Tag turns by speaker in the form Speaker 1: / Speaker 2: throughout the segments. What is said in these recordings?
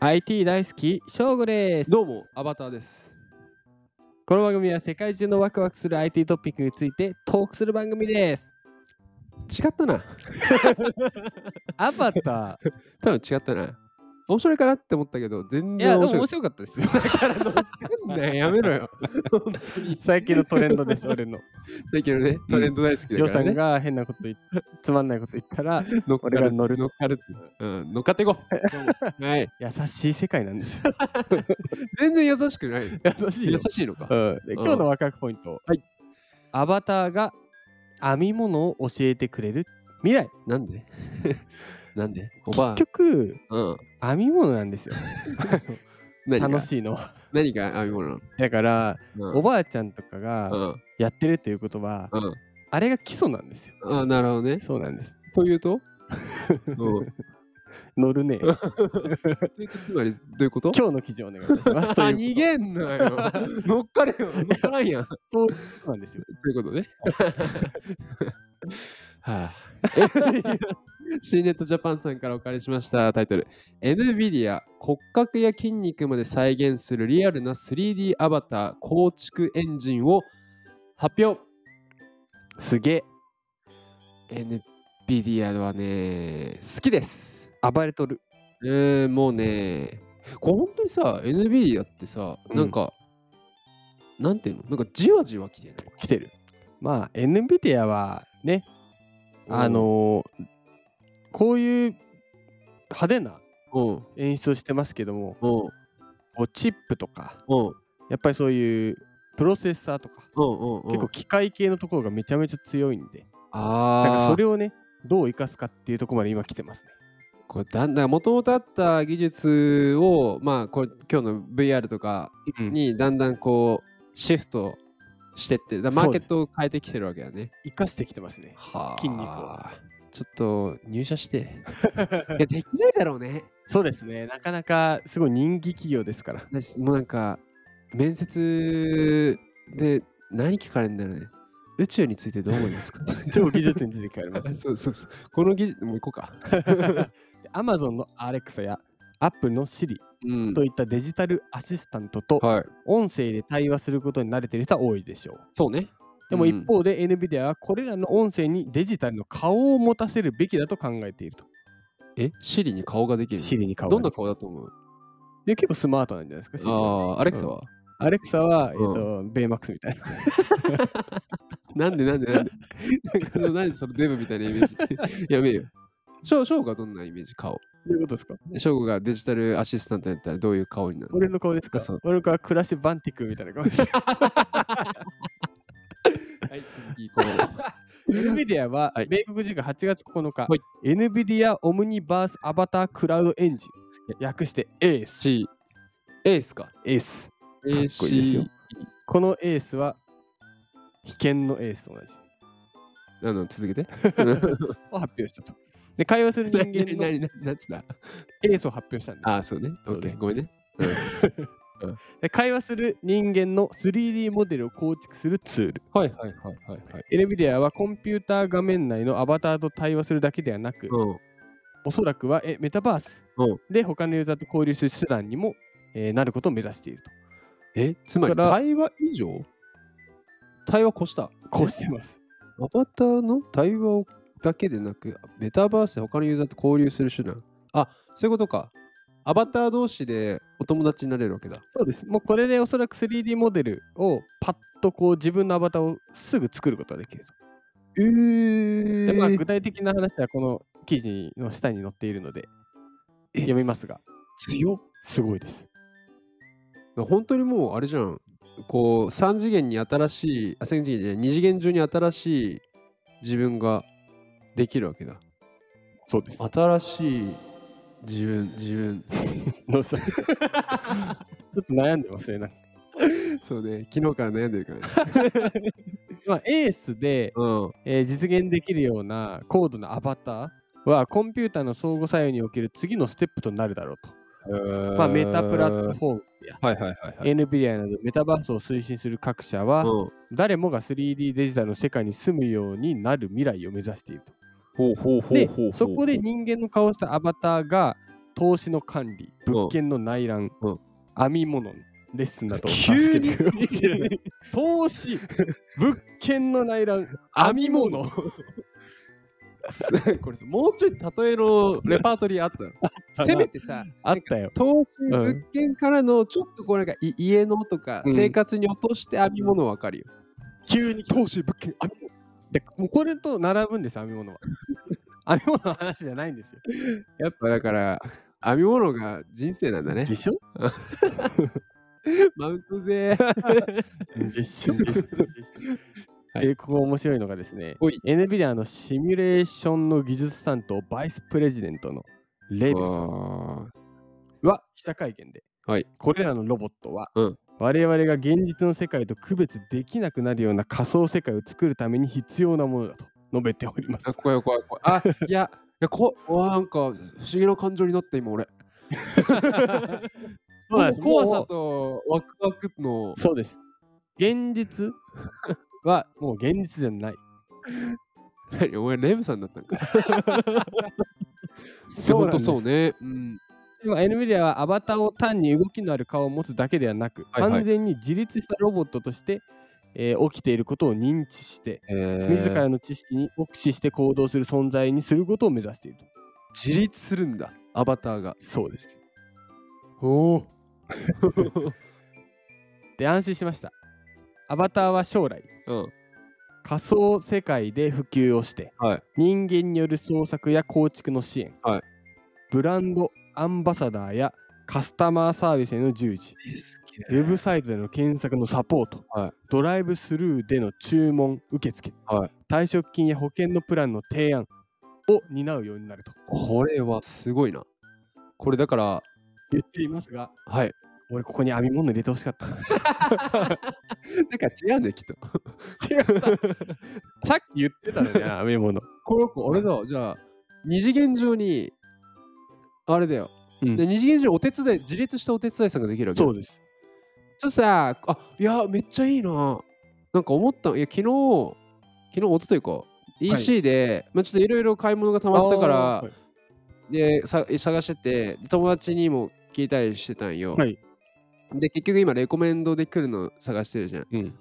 Speaker 1: IT 大好き、翔吾です。
Speaker 2: どうも、アバターです。
Speaker 1: この番組は世界中のワクワクする IT トピックについてトークする番組です。
Speaker 2: 違ったな。
Speaker 1: アバター。
Speaker 2: 多分違ったな。面白いかなって思ったけど、全
Speaker 1: いや、
Speaker 2: 然
Speaker 1: でも
Speaker 2: 面白
Speaker 1: 面
Speaker 2: い。
Speaker 1: 白かったですよ。だから乗っ
Speaker 2: なんだよやめろよ。
Speaker 3: 最近のトレンド です、俺の。
Speaker 2: 最近のね、トレンド大好き
Speaker 3: りょう
Speaker 2: だか
Speaker 3: さ
Speaker 2: ら
Speaker 3: ん
Speaker 2: ね。
Speaker 3: が変なこと言っつまんないこと言ったら、
Speaker 2: 乗っか
Speaker 3: 俺が
Speaker 2: る。
Speaker 3: 乗る。
Speaker 2: 乗っかるって。うん、乗っかっていこう。はい。
Speaker 3: 優しい世界なんですよ。
Speaker 2: 全然優しくな い。
Speaker 3: 優しい
Speaker 2: 優
Speaker 3: よ。
Speaker 2: しいのか。
Speaker 3: うん、で
Speaker 2: うん
Speaker 3: 今日のワクワクポイント、
Speaker 2: はい
Speaker 3: アバターが編み物を教えてくれる未来
Speaker 2: なんで なんでおば
Speaker 3: 結局
Speaker 2: あ。うん。
Speaker 3: 編み物なんですよ
Speaker 2: 何
Speaker 3: 楽
Speaker 2: が
Speaker 3: しいのは
Speaker 2: 何が編み物な
Speaker 3: だから、
Speaker 2: の
Speaker 3: おばあちゃんとか
Speaker 2: う
Speaker 3: が
Speaker 2: ん。
Speaker 3: やってるということは、
Speaker 2: うん。
Speaker 3: あれが基礎なんですよ
Speaker 2: うん。あなるほどね。
Speaker 3: そうなんです
Speaker 2: というと うん
Speaker 3: 乗るね今
Speaker 2: というとつまり、どういうこと
Speaker 3: 日の記事をお願いいたし ますと
Speaker 2: あ
Speaker 3: いう
Speaker 2: 逃げんな よ。乗っかれよ。乗っからんやん。
Speaker 3: ことそうなんですよ
Speaker 2: ということね。はあ、C ネットジャパンさんからお借りしましたタイトル NVIDIA 骨格や筋肉まで再現するリアルな 3D アバター構築エンジンを発表
Speaker 3: すげえ
Speaker 2: NVIDIA はね好きです
Speaker 3: 暴れとる
Speaker 2: えー、もうねこれ本当にさ NVIDIA ってさ
Speaker 3: うん
Speaker 2: なんか、なんていうのなんかじわじわきてない
Speaker 3: 来てるまあ NVIDIA はねあのーこういう派手な
Speaker 2: うん
Speaker 3: 演出をしてますけども
Speaker 2: うん
Speaker 3: こうチップとか
Speaker 2: うん
Speaker 3: やっぱりそういうプロセッサーとか
Speaker 2: うんうんうん
Speaker 3: 結構機械系のところがめちゃめちゃ強いんで
Speaker 2: あ
Speaker 3: なんか
Speaker 2: あ
Speaker 3: それをねどう生かすかっていうところまで今来てますね
Speaker 2: これだんだんもともとあった技術をまあこれ今日の VR とかにだんだんこうシフトしてってだマーケットを変えてきてるわけだね。
Speaker 3: 生かしてきてますね
Speaker 2: はあ
Speaker 3: 筋肉を
Speaker 2: ちょっと入社して。 いやできないだろうね。
Speaker 3: そうですねなかなかすごい人気企業です から
Speaker 2: だしもうなんか面接で何聞かれるんだろうね。宇宙についてどう思いま すか
Speaker 3: 超技術について聞かれます
Speaker 2: そうそうそう。この技術もう行こうか。
Speaker 3: Amazon の Alexa や Apple の Siri
Speaker 2: うん
Speaker 3: といったデジタルアシスタントと
Speaker 2: はい。
Speaker 3: 音声で対話することに慣れてる人は多いでしょう
Speaker 2: そうね。
Speaker 3: で
Speaker 2: う
Speaker 3: も
Speaker 2: ん
Speaker 3: 一方で NVIDIA はこれらの音声にデジタルの顔を持たせるべきだと考えていると。
Speaker 2: え、シリに顔ができるの。
Speaker 3: シリに顔
Speaker 2: どん
Speaker 3: が
Speaker 2: な
Speaker 3: ね
Speaker 2: 顔だと思う
Speaker 3: で結構スマートなんじゃないですか Siri は、
Speaker 2: ああ、アレクサは、
Speaker 3: アレクサは、え
Speaker 2: うん
Speaker 3: ーとベイマックスみたいな。
Speaker 2: なんでなんでなんでなんでなんでそのデブみたいなイメージやめえよ。ショーショーがどんなイメージ顔
Speaker 3: どういうことですか
Speaker 2: ショーがデジタルアシスタントやったらどういう顔になる
Speaker 3: 俺の顔ですか
Speaker 2: そう
Speaker 3: 俺の顔はクラッシュバンティックみたいな顔です。
Speaker 2: はい、次行こ
Speaker 3: NVIDIA は、
Speaker 2: はい
Speaker 3: 米国時間8月9日、
Speaker 2: はい
Speaker 3: NVIDIA オムニバースアバタークラウドエンジン、略して
Speaker 2: う。
Speaker 3: ACE。
Speaker 2: C、エースか。
Speaker 3: ACE。
Speaker 2: かっ
Speaker 3: いいですよ。この ACE は、危険の ACE と同じ。
Speaker 2: あの、続けて。
Speaker 3: を発表したと。で、会話する人間の
Speaker 2: 何何何何つった
Speaker 3: エースを発表したんです。
Speaker 2: ああ、そうね。
Speaker 3: そ
Speaker 2: オ
Speaker 3: う
Speaker 2: ッケ
Speaker 3: で
Speaker 2: ー、
Speaker 3: す
Speaker 2: ごめんね。
Speaker 3: で会話する人間の 3D モデルを構築するツール。
Speaker 2: はいはいはいはいはい。
Speaker 3: NVIDIA はコンピューター画面内のアバターと対話するだけではなく、
Speaker 2: うん。
Speaker 3: おそらくはえメタバース
Speaker 2: うん
Speaker 3: で他のユーザーと交流する手段にも、えーなることを目指している
Speaker 2: え、つまり
Speaker 3: だから
Speaker 2: 対話以上対話越した。
Speaker 3: と。こうしてます。
Speaker 2: アバターの対話をだけでなく、メタバースで他のユーザーと交流する手段。あ、そういうことか。アバター同士でお友達になれるわけだ。
Speaker 3: そうです。もうこれでおそらく 3D モデルをパッとこう自分のアバターをすぐ作ることができると。
Speaker 2: え
Speaker 3: でまあ、
Speaker 2: ー
Speaker 3: 具、体的な話はこの記事の下に載っているので読みますが、
Speaker 2: 強
Speaker 3: すごいです。
Speaker 2: 本当にもうあれじゃん。こう、3次元に新しい、あ、3次元じゃない、2次元中に新しい自分ができるわけだ。
Speaker 3: そうです。
Speaker 2: 新しい自分、自分。
Speaker 3: どうした ちょっと悩んでますね。なんか
Speaker 2: そうね、昨日から悩んでるからね。
Speaker 3: まあ、エースで、
Speaker 2: うん。
Speaker 3: えー実現できるような高度なアバターはコンピューターの相互作用における次のステップとなるだろうと。まあ、メタプラットフォームや
Speaker 2: はいはいはいはい。
Speaker 3: NVIDIA などメタバースを推進する各社は、
Speaker 2: うん
Speaker 3: 誰もが 3D デジタルの世界に住むようになる未来を目指していると。
Speaker 2: ほうほうほうほうほう
Speaker 3: で、そこで人間の顔をしたアバターが投資の管理、物件の内覧、
Speaker 2: うん
Speaker 3: 編み物のレッスンなどを助
Speaker 2: 急
Speaker 3: け
Speaker 2: に
Speaker 3: てくれる投資、物件の内覧、編み物。
Speaker 2: これさもうちょい例えのレパートリーあったのせめてさ
Speaker 3: あったよ。
Speaker 2: 東京物件からのちょっとこうなんかい家のとか
Speaker 3: うん
Speaker 2: 生活に落として編み物わかるよ、
Speaker 3: 急に投資、物件、編み物。でもうこれと並ぶんです、編み物は。編み物の話じゃないんですよ。
Speaker 2: やっぱだから編み物が人生なんだね
Speaker 3: でしょ
Speaker 2: マウント 勢
Speaker 3: でしょ
Speaker 2: はい
Speaker 3: で、ここ面白いのがですね
Speaker 2: おい、
Speaker 3: NVIDIA のシミュレーションの技術担当、バイスプレジデントのレイブさん
Speaker 2: わー
Speaker 3: は記者会見で、
Speaker 2: はい
Speaker 3: これらのロボットは、
Speaker 2: うん
Speaker 3: 我々が現実の世界と区別できなくなるような仮想世界を作るために必要なものだと述べております
Speaker 2: あ。怖い怖い怖いあいやいやこわーなんか不思議な感情になった今俺
Speaker 3: そうなんです
Speaker 2: もう怖
Speaker 3: も
Speaker 2: さ
Speaker 3: う
Speaker 2: とワクワクの
Speaker 3: そうです。現実 はもう現実じゃない。
Speaker 2: 何お前レムさんだっ たんか
Speaker 3: そうなんです
Speaker 2: ほんとそうね、うん、
Speaker 3: 今 NVIDIA はアバターを単に動きのある顔を持つだけではなく、
Speaker 2: はいはい
Speaker 3: 完全に自立したロボットとして、えー起きていることを認知して、
Speaker 2: えー
Speaker 3: 自らの知識に酷使して行動する存在にすることを目指していると。
Speaker 2: 自立するんだアバターが
Speaker 3: そうです。
Speaker 2: おお
Speaker 3: で安心しました。アバターは将来、
Speaker 2: うん
Speaker 3: 仮想世界で普及をして、
Speaker 2: はい
Speaker 3: 人間による創作や構築の支援、
Speaker 2: はい
Speaker 3: ブランドアンバサダーやカスタマーサービスへの従事、ウェブサイトでの検索のサポート、
Speaker 2: はい
Speaker 3: ドライブスルーでの注文受付、
Speaker 2: はい
Speaker 3: 退職金や保険のプランの提案を担うようになると
Speaker 2: これはすごいなこれだから
Speaker 3: 言っていますが、
Speaker 2: はい
Speaker 3: 俺ここに編み物入れてほしかったな。
Speaker 2: なんか違うんだよきっと
Speaker 3: 違った。さっき言ってたのにな、編み物。
Speaker 2: この子あれだじゃあ二次元上にあれだよ、
Speaker 3: うん
Speaker 2: で二次元上にお手伝い自立したお手伝いさんができるわけだ
Speaker 3: そうです。
Speaker 2: ちょっとさ、あいや、めっちゃいいな。なんか思ったの、いや、昨日、昨日、おとといか、EC で、まあ、ちょっといろいろ買い物がたまったから、
Speaker 3: あー
Speaker 2: でさ、探してて、友達にも聞いたりしてたんよ。
Speaker 3: はい
Speaker 2: で、結局今、レコメンドで来るの探してるじゃん。
Speaker 3: うん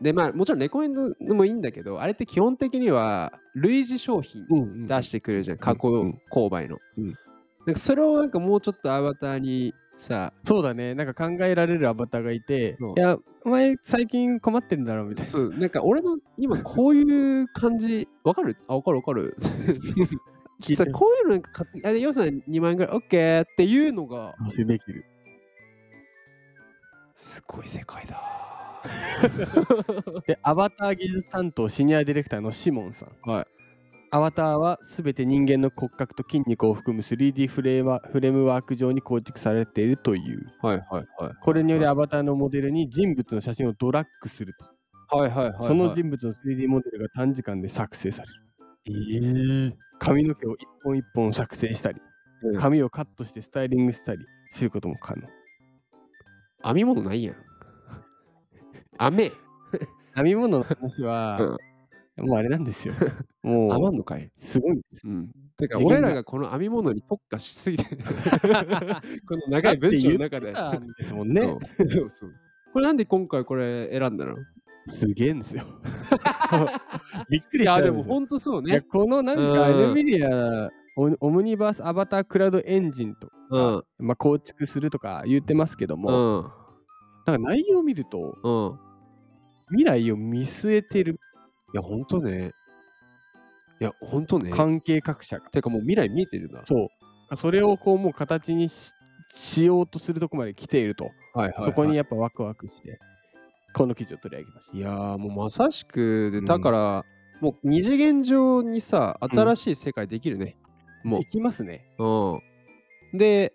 Speaker 2: で、まあ、もちろんレコメンドでもいいんだけど、あれって基本的には、類似商品
Speaker 3: うんうん
Speaker 2: 出してくれるじゃん、過去
Speaker 3: うん
Speaker 2: 購買の。
Speaker 3: うん
Speaker 2: なんかそれをなんかもうちょっとアバターにさ、
Speaker 3: そうだね、なんか考えられるアバターがいて
Speaker 2: そう、
Speaker 3: いや、お前最近困ってるんだろうみたいな。
Speaker 2: そう、なんか俺も今こういう感じ、わかるあ、わかるわかる。ちょっとさ
Speaker 3: 聞いて
Speaker 2: こういうのなんか買って、あで予算2万円ぐらい、オッケーっていうのが、
Speaker 3: できる。
Speaker 2: すごい世界だ。
Speaker 3: で、アバター技術担当シニアディレクターのシモンさん。
Speaker 2: はい。
Speaker 3: アバターはすべて人間の骨格と筋肉を含む 3D フレーワフレームワーク上に構築されているという。
Speaker 2: はいはいはい。
Speaker 3: これによりアバターのモデルに人物の写真をドラッグすると。
Speaker 2: はいはいはい。
Speaker 3: その人物の 3D モデルが短時間で作成される。髪の毛を一本一本作成したり、
Speaker 2: うん
Speaker 3: 髪をカットしてスタイリングしたりすることも可能。
Speaker 2: 編み物ないやん。雨
Speaker 3: 編み物の話 は、もうあれなんですよ。
Speaker 2: 編ま
Speaker 3: も
Speaker 2: んのかい。
Speaker 3: う、すごいんです。
Speaker 2: うん。てか、
Speaker 3: 次元
Speaker 2: 俺
Speaker 3: が
Speaker 2: らがこの編み物に特化し すぎて、この長い文章の中で。
Speaker 3: だって言ってたんですもんね。
Speaker 2: そうそうそう。これなんで今回これ選んだの
Speaker 3: すげえん ですよ。びっく
Speaker 2: い
Speaker 3: りしちゃ
Speaker 2: や、
Speaker 3: う
Speaker 2: で
Speaker 3: ん
Speaker 2: も
Speaker 3: ですよ。
Speaker 2: 本当そう
Speaker 3: いや、
Speaker 2: ね。
Speaker 3: このなんか
Speaker 2: うん
Speaker 3: NVIDIA オオムニバースアバタークラウドエンジンと、
Speaker 2: うん。
Speaker 3: まあ、構築するとか言ってますけど
Speaker 2: う
Speaker 3: も、
Speaker 2: ん。
Speaker 3: なんか内容を見ると、
Speaker 2: うん。
Speaker 3: 未来を見据えてる
Speaker 2: いや、ほんとね。いや、ほんとね。
Speaker 3: 関係各社が。
Speaker 2: てかもう未来見えてるな。
Speaker 3: そう。それをこう、もう形にししようとするとこまで来ていると。
Speaker 2: はい
Speaker 3: そこに。やっぱワクワクして、この記事を取り上げました。
Speaker 2: いやーもうまさしくで、
Speaker 3: うん
Speaker 2: だから、もう二次元上にさ、
Speaker 3: ん
Speaker 2: 新しい世界できるね。もう
Speaker 3: いきますね。
Speaker 2: うん。で、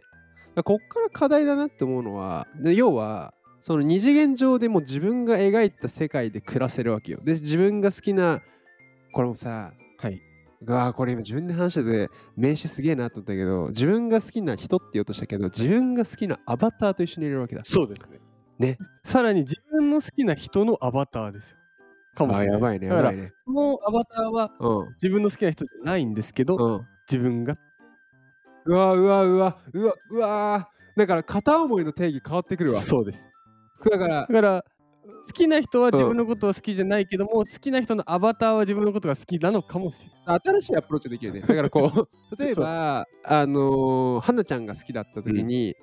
Speaker 2: こっから課題だなって思うのは、で要は、その二次元上でもう自分が描いた世界で暮らせるわけよ。で、自分が好きな、これもさ、
Speaker 3: はい。
Speaker 2: うわあこれ今自分で話してて名刺すげえなと思ったけど自分が好きな人って言おうとしたけど自分が好きなアバターと一緒にいるわけだ
Speaker 3: そうですね。
Speaker 2: ね。
Speaker 3: さらに自分の好きな人のアバターですよ。かもし
Speaker 2: あ
Speaker 3: れない。
Speaker 2: やばいね
Speaker 3: だ
Speaker 2: や
Speaker 3: か
Speaker 2: ば
Speaker 3: ら
Speaker 2: い、ね
Speaker 3: このアバターは
Speaker 2: うん
Speaker 3: 自分の好きな人じゃないんですけど、
Speaker 2: うん
Speaker 3: 自分が
Speaker 2: うわうわうわうわうわだから片思いの定義変わってくるわ
Speaker 3: そうです。
Speaker 2: だから
Speaker 3: だから、好きな人は
Speaker 2: うん
Speaker 3: 自分のことを好きじゃないけども、好きな人のアバターは自分のことが好きなのかもしれない。
Speaker 2: 新しいアプローチでき るね。だからこう、例えば、あのー、花ちゃんが好きだった時に、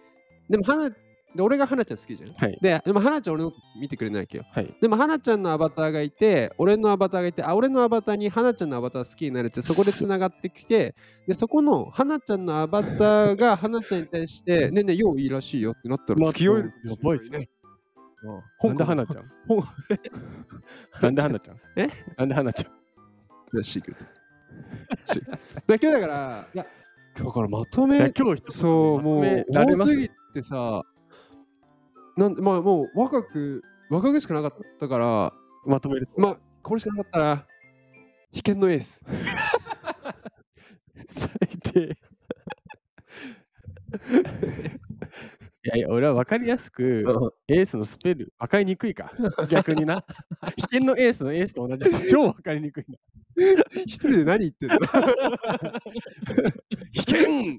Speaker 2: でも花、で俺が花ちゃん好きじゃん。
Speaker 3: はい
Speaker 2: で、でも花ちゃん俺のこと見てくれないわけよ。
Speaker 3: はい
Speaker 2: でも花ちゃんのアバターがいて、俺のアバターがいて、あ、俺のアバターに花ちゃんのアバター好きになるって、そこでつながってきて、で、そこの花ちゃんのアバター が花ちゃんに対して、ねえねえ、よういいらしいよってなったら
Speaker 3: まあ
Speaker 2: 付き合える。
Speaker 3: やばいっすね。
Speaker 2: 香港
Speaker 3: なんで花ちゃん
Speaker 2: 香港
Speaker 3: なんで花ちゃん
Speaker 2: え
Speaker 3: なんで花ちゃん
Speaker 2: らしいけど。 シークレットだけどだから、いや、だからまとめ
Speaker 3: いや今日一つ
Speaker 2: そう、
Speaker 3: ま
Speaker 2: も
Speaker 3: とめ
Speaker 2: う、
Speaker 3: られ
Speaker 2: 多
Speaker 3: ます
Speaker 2: すぎてさ、なんで、まあもう若く、若くしかなかったから、
Speaker 3: まとめると。
Speaker 2: まあ、これしかなかったら、秘剣のエ ース。
Speaker 3: 最低。 いやいや、俺は分かりやすく、エースのスペル、分かりにくいか。逆にな。危険のエースのエースと同じで、超分かりにくいな。
Speaker 2: 一人で何言ってんの
Speaker 3: 危険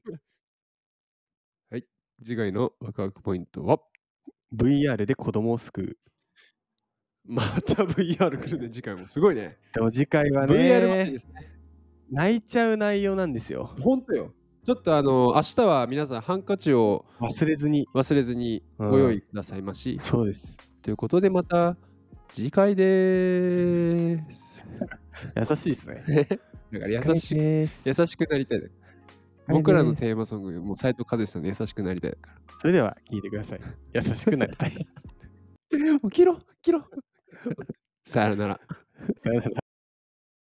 Speaker 2: 次回のワクワクポイントは、
Speaker 3: !VR で子供を救う。
Speaker 2: また VR 来るね、次回も。すごいね。
Speaker 3: でも次回は
Speaker 2: VR マッチ
Speaker 3: ね、
Speaker 2: ですね。
Speaker 3: 泣いちゃう内容なんですよ。
Speaker 2: 本当よ。ちょっとあの、明日は皆さんハンカチを
Speaker 3: 忘れずに。
Speaker 2: 忘れずにご用意くださいまし。
Speaker 3: そうです。
Speaker 2: ということで、また次回でーす。
Speaker 3: 優しいですね。
Speaker 2: だから優しく
Speaker 3: です
Speaker 2: 優しくなりたいだから僕らのテーマソング、もう斎藤和義さんの優しくなりたいだか
Speaker 3: それでは聞いてください。優しくな りたい。
Speaker 2: ら。もう切ろう、切ろう。さよなら。
Speaker 3: さよなら。